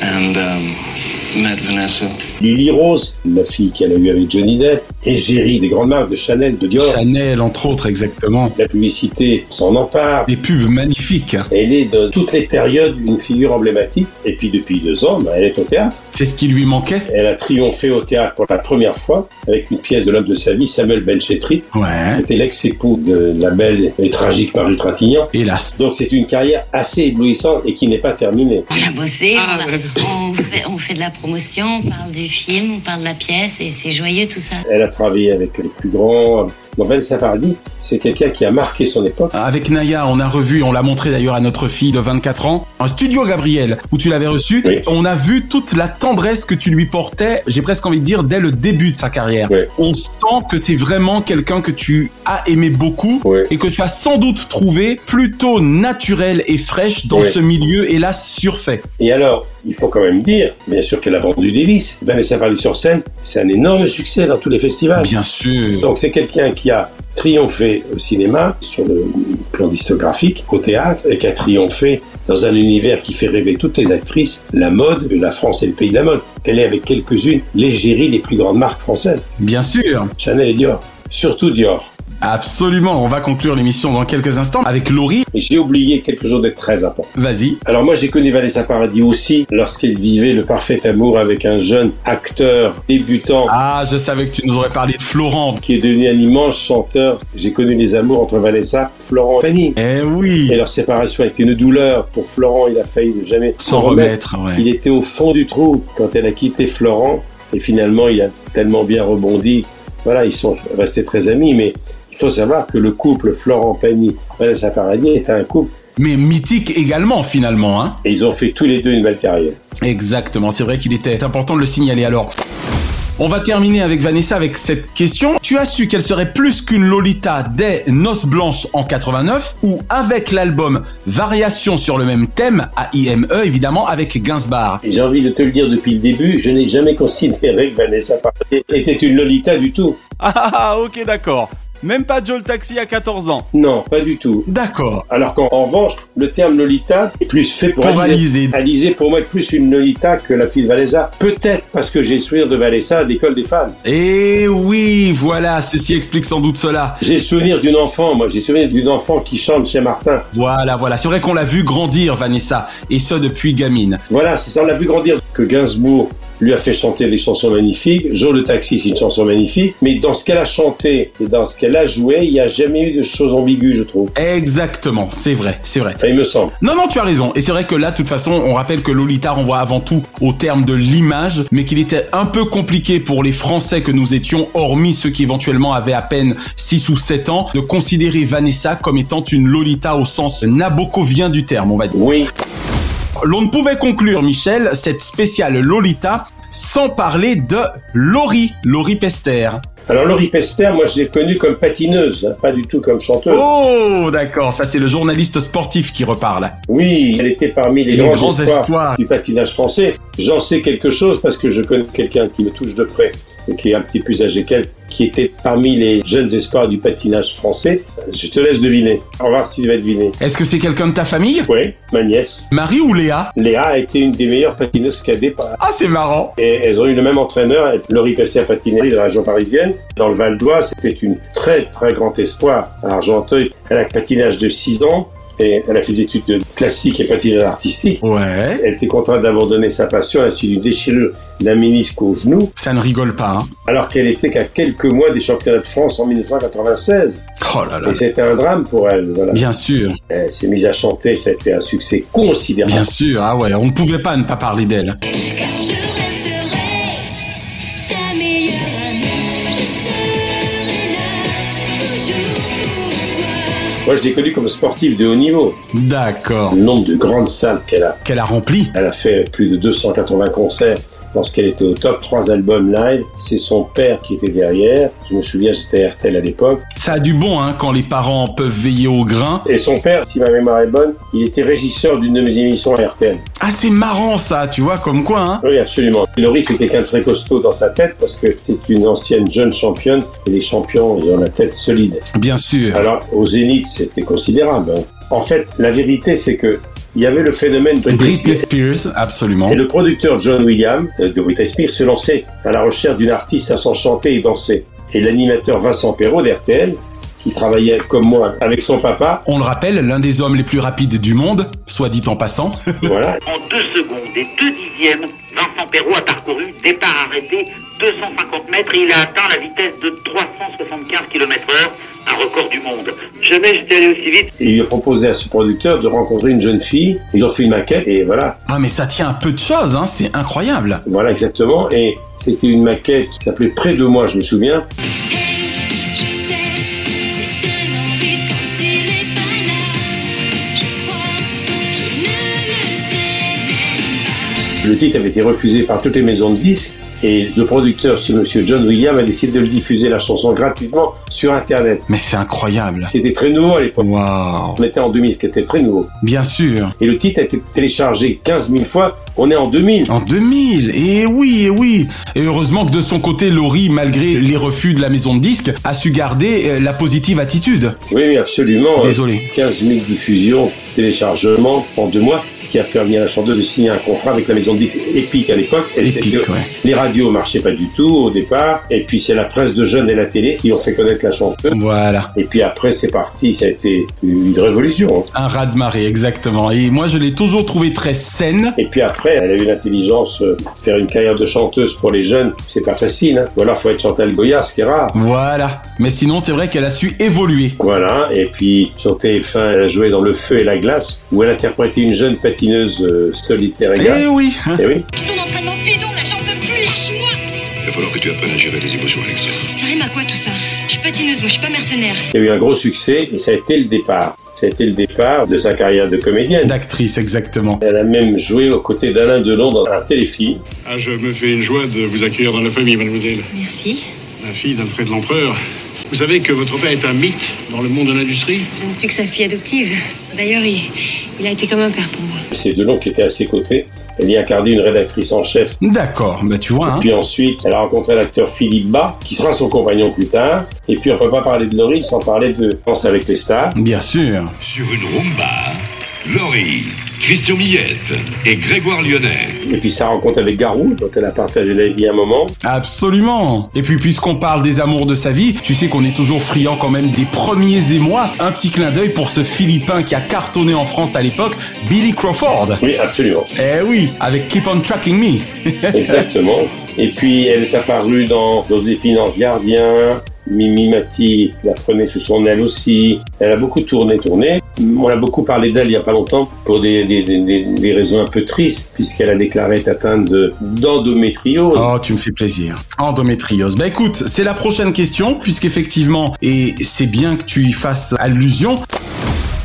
and um, met Vanessa. Lily Rose, la fille qu'elle a eue avec Johnny Depp, égérie des grandes marques de Chanel, de Dior. Chanel, entre autres, exactement. La publicité s'en empare. Des pubs magnifiques. Elle est dans toutes les périodes une figure emblématique. Et puis depuis deux ans, bah, elle est au théâtre. C'est ce qui lui manquait Elle a triomphé au théâtre pour la première fois avec une pièce de l'homme de sa vie, Samuel Ben Benchetrit. Ouais. C'était l'ex-époux de la belle et tragique Marie Trintignant. Hélas. Donc c'est une carrière assez éblouissante et qui n'est pas terminée. On a bossé, on, a- on fait, on fait de la promotion, on parle du film, on parle de la pièce et c'est joyeux tout ça. Elle a travaillé avec les plus grands. Bon, Vanessa Paradis, c'est quelqu'un qui a marqué son époque. Avec Naya, on a revu, on l'a montré d'ailleurs à notre fille de 24 ans, un studio Gabriel, où tu l'avais reçu. Oui. On a vu toute la tendresse que tu lui portais, j'ai presque envie de dire, dès le début de sa carrière. Ouais. On sent que c'est vraiment quelqu'un que tu as aimé beaucoup Ouais. et que tu as sans doute trouvé plutôt naturelle et fraîche dans Ouais. ce milieu, hélas, surfait. Et alors, il faut quand même dire, bien sûr qu'elle a vendu des vis. Vanessa Paradis sur scène, c'est un énorme succès dans tous les festivals. Bien sûr. Donc c'est quelqu'un qui a triomphé au cinéma, sur le plan discographique, au théâtre, et qui a triomphé dans un univers qui fait rêver toutes les actrices, la mode, la France est le pays de la mode. Elle est avec quelques-unes l'égérie des plus grandes marques françaises, Bien sûr. Chanel et Dior, surtout Dior. Absolument. On va conclure l'émission dans quelques instants avec Laurie. Et j'ai oublié quelque chose de très important. Vas-y. Alors moi j'ai connu Vanessa Paradis aussi lorsqu'elle vivait le parfait amour avec un jeune acteur débutant Ah, je savais que tu nous aurais parlé de Florent. qui est devenu un immense chanteur. J'ai connu les amours entre Vanessa, Florent et Fanny. Eh oui. Et leur séparation a été une douleur. Pour Florent, il a failli ne jamais S'en remettre, ouais. Il était au fond du trou quand elle a quitté Florent. Et finalement, il a tellement bien rebondi. Voilà, ils sont restés très amis, mais il faut savoir que le couple Florent Pagny, Vanessa Paradis est un couple. Mais mythique également, finalement. Hein Et ils ont fait tous les deux une belle carrière. Exactement, c'est vrai qu'il était important de le signaler. Alors, on va terminer avec Vanessa avec cette question. Tu as su qu'elle serait plus qu'une Lolita des Noces Blanches en 89 ou avec l'album Variations sur le même thème, à IME E, évidemment, avec Gainsbar. Et J'ai envie de te le dire depuis le début, je n'ai jamais considéré que Vanessa Paradis était une Lolita du tout. Ah, ok, d'accord. Même pas Joel Taxi à 14 ans. Non, pas du tout. D'accord. Alors qu'en en revanche, le terme Lolita est plus fait pour, Pour Alizé. Alizé. Alizé, pour moi, est plus une Lolita que la petite Vanessa. Peut-être parce que j'ai le souvenir de Vanessa à l'école des femmes. Et Eh oui, voilà, ceci explique sans doute cela. J'ai le souvenir d'une enfant, moi, j'ai le souvenir d'une enfant qui chante chez Martin. Voilà, voilà, c'est vrai qu'on l'a vu grandir, Vanessa, et ce depuis gamine. Voilà, c'est ça, on l'a vu grandir que Gainsbourg lui a fait chanter des chansons magnifiques. Joe le taxi, c'est une chanson magnifique. Mais dans ce qu'elle a chanté et dans ce qu'elle a joué, il n'y a jamais eu de choses ambiguës, je trouve. Exactement, c'est vrai, c'est vrai. Il me semble. Non, non, tu as raison. Et c'est vrai que là, de toute façon, on rappelle que Lolita renvoie avant tout au terme de l'image, mais qu'il était un peu compliqué pour les Français que nous étions, hormis ceux qui éventuellement avaient à peine 6 ou 7 ans, de considérer Vanessa comme étant une Lolita au sens nabokovien du terme, on va dire. Oui. L'on ne pouvait conclure, Michel, cette spéciale Lolita sans parler de Laurie, Laurie Pester. Alors, Laurie Pester, moi, je l'ai connue comme patineuse, hein, pas du tout comme chanteuse. Oh, d'accord, ça c'est le journaliste sportif qui reparle. Oui, elle était parmi les, Les grands, grands espoirs, espoirs. du patinage français. J'en sais quelque chose parce que je connais quelqu'un qui me touche de près et qui est un petit peu plus âgé qu'elle, qui était parmi les jeunes espoirs du patinage français. Je te laisse deviner. On va voir si tu vas deviner. Est-ce que c'est quelqu'un de ta famille Oui, ma nièce. Marie ou Léa Léa a été une des meilleures patineuses cadets. par- Ah, c'est marrant. Et elles ont eu le même entraîneur, Laurie Pessé a patiné dans la région parisienne. Dans le Val d'Oise, c'était une très très grand espoir à Argenteuil. Elle a un patinage de 6 ans et elle a fait des études de classique et patinage artistique. Ouais. Elle était contrainte d'abandonner sa passion à la suite d'une déchirure d'un ménisque au genou, Ça ne rigole pas. hein. alors qu'elle était qu'à quelques mois des championnats de France en 1996. Oh là là. Et c'était un drame pour elle. Voilà. Bien sûr, Elle s'est mise à chanter, ça a été un succès considérable. bien sûr. Ah ouais, on ne pouvait pas ne pas parler d'elle. Je resterai ta meilleure amie. Je serai là toujours pour toi. Moi, je l'ai connue comme sportive de haut niveau. D'accord. Le nombre de grandes salles qu'elle a. Qu'elle a rempli. Elle a fait plus de 280 concerts lorsqu'elle était au top, trois albums live. C'est son père qui était derrière. Je me souviens, j'étais à RTL à l'époque. Ça a du bon hein, quand les parents peuvent veiller au grain. Et son père, si ma mémoire est bonne, il était régisseur d'une de mes émissions à RTL. Ah, c'est marrant ça, tu vois, comme quoi. Hein Oui, absolument. Laurie, c'est quelqu'un de très costaud dans sa tête parce que c'est une ancienne jeune championne et les champions, ils ont la tête solide. bien sûr. Alors, au Zénith, c'était considérable. hein. En fait, la vérité, c'est que il y avait le phénomène Britney Spears, absolument. Et le producteur John Williams euh, de Britney Spears se lançait à la recherche d'une artiste à chanter et danser. Et l'animateur Vincent Perrault d'RTL, qui travaillait comme moi avec son *laughs* papa, On le rappelle, l'un des hommes les plus rapides du monde, soit dit en passant. *laughs* voilà, En deux secondes et deux dixièmes, Vincent Perrault a parcouru, départ arrêté, 250 mètres et il a atteint la vitesse de 375 km heure, un record du monde. Jamais j'étais allé aussi vite. et il lui a proposé à ce producteur de rencontrer une jeune fille. Ils ont fait une maquette et voilà, Ah, mais ça tient à peu de choses, hein, c'est incroyable. voilà exactement. Et c'était une maquette qui s'appelait Près de moi, je me souviens. Je sais, c'est un envie quand il n'est pas là. Je crois, je ne le sais même pas. Le titre avait été refusé par toutes les maisons de disques. Et le producteur, ce monsieur John Williams, a décidé de le diffuser la chanson gratuitement sur Internet. Mais c'est incroyable. C'était très nouveau à l'époque. Waouh. On était en 2000, c'était très nouveau. Bien sûr. et le titre a été téléchargé 15 000 fois. On est en 2000. En 2000, et oui, et oui. Et heureusement que de son côté, Laurie, malgré les refus de la maison de disques, a su garder euh, la positive attitude. Oui, oui, absolument. Désolé. Euh, 15 000 diffusions, téléchargements en deux mois, qui a permis à la chanteuse de signer un contrat avec la maison de disques Epic à l'époque. Et c'est Épique, que ouais. Les radios marchaient pas du tout au départ. Et puis c'est la presse de jeunes et la télé qui ont fait connaître la chanteuse. Voilà. Et puis après, c'est parti. Ça a été une révolution. hein. Un raz de marée, exactement. Et moi, je l'ai toujours trouvée très saine. Et puis après, elle a eu l'intelligence. euh, Faire une carrière de chanteuse pour les jeunes, c'est pas facile. hein. Ou alors, faut être Chantal Goya, ce qui est rare. Voilà. Mais sinon, c'est vrai qu'elle a su évoluer. Voilà, et puis sur TF1, elle a joué dans Le Feu et la Glace, où elle interprétait une jeune patineuse euh, solitaire et Eh gare. oui. Eh oui, Ton entraînement bidon, là, j'en peux plus, lâche-moi. tu apprennes à gérer les émotions à l'excès. Ça rime à quoi tout ça Je suis patineuse, moi je suis pas mercenaire. Il y a eu un gros succès et ça a été le départ. Ça a été le départ de sa carrière de comédienne. D'actrice, exactement. Elle a même joué aux côtés d'Alain Delon dans un téléfilm. Ah, je me fais une joie de vous accueillir dans la famille, mademoiselle. Merci. La fille d'Alfred l'Empereur. Vous savez que votre père est un mythe dans le monde de l'industrie Je ne suis que sa fille adoptive. D'ailleurs, il, il a été comme un père pour moi. C'est Delon qui était à ses côtés. Elle y incarnait une rédactrice en chef. D'accord, bah tu vois. hein. Puis ensuite, elle a rencontré l'acteur Philippe Bas, qui sera son compagnon plus tard. Et puis, on ne peut pas parler de Laurie sans parler de Danse avec les stars. Bien sûr. Sur une rumba, Laurie, Christian Millette et Grégoire Lyonnais. Et puis, sa rencontre avec Garou, dont elle a partagé la vie à un moment. Absolument. Et puis puisqu'on parle des amours de sa vie, tu sais qu'on est toujours friand quand même des premiers émois. Un petit clin d'œil pour ce Philippin qui a cartonné en France à l'époque, Billy Crawford. Oui, absolument. Eh oui, avec Keep on Tracking Me. Exactement. Et puis elle est apparue dans Joséphine Ange Gardien, Mimi Mati la prenait sous son aile aussi. Elle a beaucoup tourné, tourné. On a beaucoup parlé d'elle il n'y a pas longtemps pour des, des- des- des- des raisons un peu tristes, puisqu'elle a déclaré être atteinte de- d'endométriose. Oh, tu me fais plaisir. Endométriose. Bah écoute, c'est la prochaine question, puisqu'effectivement, et c'est bien que tu y fasses allusion,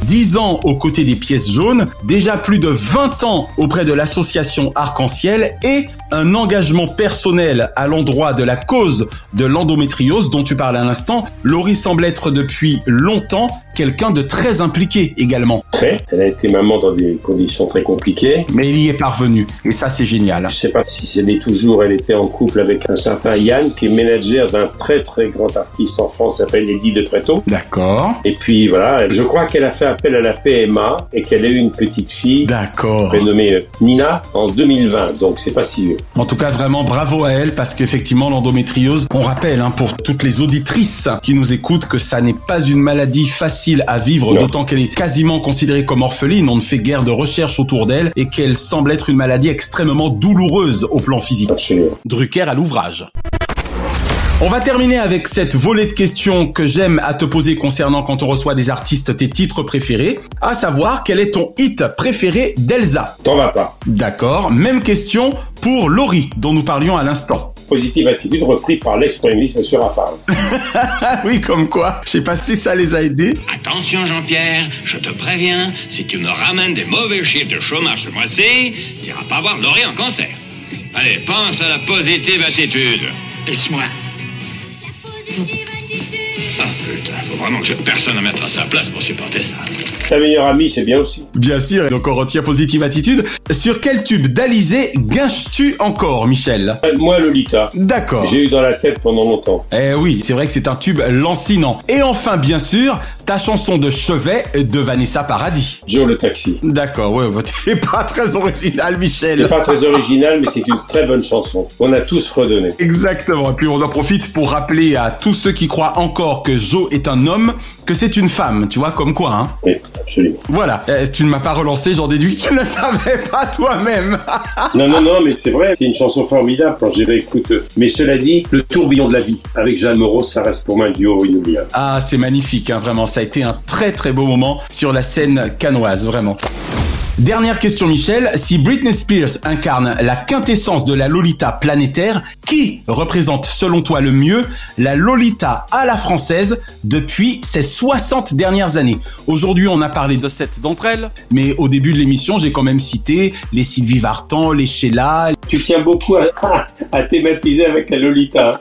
10 ans aux côtés des pièces jaunes, déjà plus de 20 ans auprès de l'association Arc-en-Ciel et un engagement personnel à l'endroit de la cause de l'endométriose dont tu parlais à l'instant, Laurie semble être depuis longtemps quelqu'un de très impliqué également. Très. Elle a été maman dans des conditions très compliquées. Mais il y est parvenu. Et ça, c'est génial. Je sais pas si c'est des toujours, elle était en couple avec un certain Yann, qui est manager d'un très très grand artiste en France, s'appelle Eddie de Préto. D'accord. Et puis voilà, je crois qu'elle a fait appel à la PMA et qu'elle a eu une petite fille D'accord. prénommée euh, Nina en 2020, donc c'est pas si vieux. En tout cas, vraiment bravo à elle parce qu'effectivement, l'endométriose, on rappelle hein, pour toutes les auditrices qui nous écoutent que ça n'est pas une maladie facile à vivre, d'autant qu'elle est quasiment considérée comme orpheline. On ne fait guère de recherche autour d'elle et qu'elle semble être une maladie extrêmement douloureuse au plan physique. Drucker à l'ouvrage. On va terminer avec cette volée de questions que j'aime à te poser concernant quand on reçoit des artistes tes titres préférés, à savoir quel est ton hit préféré d'Elsa T'en vas pas. D'accord, même question pour Laurie dont nous parlions à l'instant. Positive attitude repris par l'ex-premier ministre, M. Raffarin. Ah oui, comme quoi, je sais pas si ça les a aidés. Attention Jean-Pierre, je te préviens, si tu me ramènes des mauvais chiffres de chômage ce mois-ci, t'iras pas voir Laurie en cancer. Allez, pense à la positive attitude. Laisse-moi. Ah putain, faut vraiment que j'ai personne à mettre à sa place pour supporter ça. Ta meilleure amie, c'est bien aussi. Bien sûr, et donc on retient positive attitude. Sur quel tube d'Alizé gâches-tu encore, Michel Euh, Moi, Lolita. D'accord. J'ai eu dans la tête pendant longtemps. Eh oui, c'est vrai que c'est un tube lancinant. Et enfin, bien sûr, ta chanson de chevet de Vanessa Paradis. Joe le taxi. D'accord, ouais, bah, *laughs* t'es pas très original, Michel. C'est pas très original, mais c'est une très bonne chanson. On a tous redonné. Exactement. Et puis on en profite pour rappeler à tous ceux qui croient encore que Joe est un homme que c'est une femme, tu vois, comme quoi, hein. Oui, absolument. Voilà. Euh, tu ne m'as pas relancé, j'en déduis que tu ne le savais pas toi-même. Non, non, non, mais c'est vrai, c'est une chanson formidable quand j'y réécoute. euh, Mais cela dit, le tourbillon de la vie avec Jeanne Moreau, ça reste pour moi un duo inoubliable. *laughs* ah, c'est magnifique, hein, vraiment. Ça a été un très très beau moment sur la scène canoise, vraiment. Dernière question, Michel. Si Britney Spears incarne la quintessence de la Lolita planétaire, qui représente selon toi le mieux la Lolita à la française depuis ces 60 dernières années Aujourd'hui, on a parlé de sept d'entre elles, mais au début de l'émission, j'ai quand même cité les Sylvie Vartan, les Sheila, Tu tiens beaucoup à, *laughs* à thématiser avec la Lolita.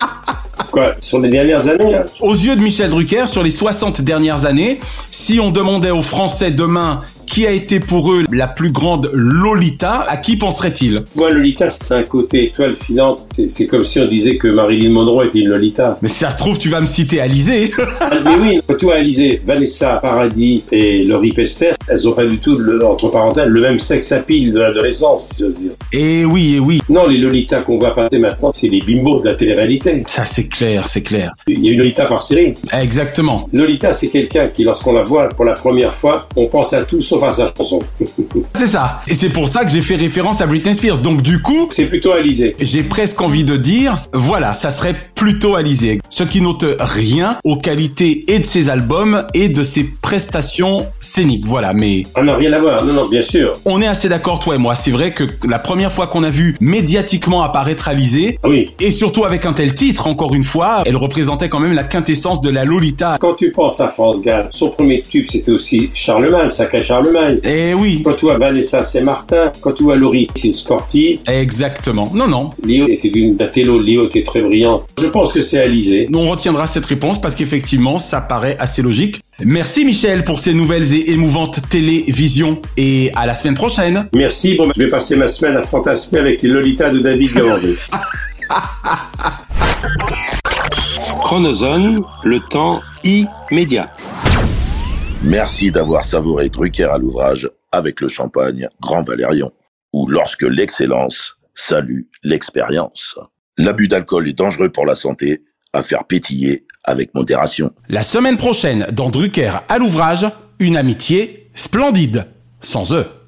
Quoi, sur les dernières années, hein. là Aux yeux de Michel Drucker, sur les 60 dernières années, si on demandait aux Français demain qui a été pour eux la plus grande Lolita, à qui penserait-il Moi, Lolita, c'est un côté étoile filante. C'est- C'est comme si on disait que Marilyn Monroe était une Lolita. Ah, Mais si ça se trouve, tu vas me citer Alizé. *laughs* Mais oui, quand tu vois Alizé, Vanessa Paradis et Laurie Pester, elles ont pas du tout, le- entre parenthèses, le même sexe à pile de l'adolescence, si j'ose dire. Eh oui, eh oui. Non, les Lolitas qu'on voit passer maintenant, c'est les bimbos de la télé-réalité. Ça, c'est clair, c'est clair. Il y a une Lolita par série. Exactement. Lolita, c'est quelqu'un qui, lorsqu'on la voit pour la première fois, on pense à tout sauf enfin sa chanson. C'est ça. Et c'est pour ça que j'ai fait référence à Britney Spears. Donc du coup, c'est plutôt Alizé. J'ai presque envie de dire, voilà, ça serait plutôt Alizé. Ce qui n'ôte rien aux qualités et de ses albums et de ses prestations scéniques. Voilà, mais Ah non, rien à voir, non, non, bien sûr. on est assez d'accord, toi et moi. C'est vrai que la première fois qu'on a vu médiatiquement apparaître Alizé, Ah oui. et surtout avec un tel titre, encore une fois, elle représentait quand même la quintessence de la Lolita. Quand tu penses à France Gall, son premier tube c'était aussi Charlemagne, sacré Charlemagne. Eh oui. Quand tu vois Vanessa Saint-Martin, quand tu vois Laurie, c'est une sportive. Exactement. Non, non. Léo était d'une batello, Léo était très brillant. Je pense que c'est Alizé. On retiendra cette réponse parce qu'effectivement, ça paraît assez logique. Merci Michel pour ces nouvelles et émouvantes télévisions et à la semaine prochaine. Merci, bon, je vais passer ma semaine à fantasmer avec les Lolitas de David Gavandé. Chronozone, le temps immédiat. Merci d'avoir savouré Drucker à l'ouvrage avec le champagne Grand Valérion, ou lorsque l'excellence salue l'expérience. L'abus d'alcool est dangereux pour la santé, à faire pétiller avec modération. La semaine prochaine, dans Drucker à l'ouvrage, une amitié splendide. Sans eux.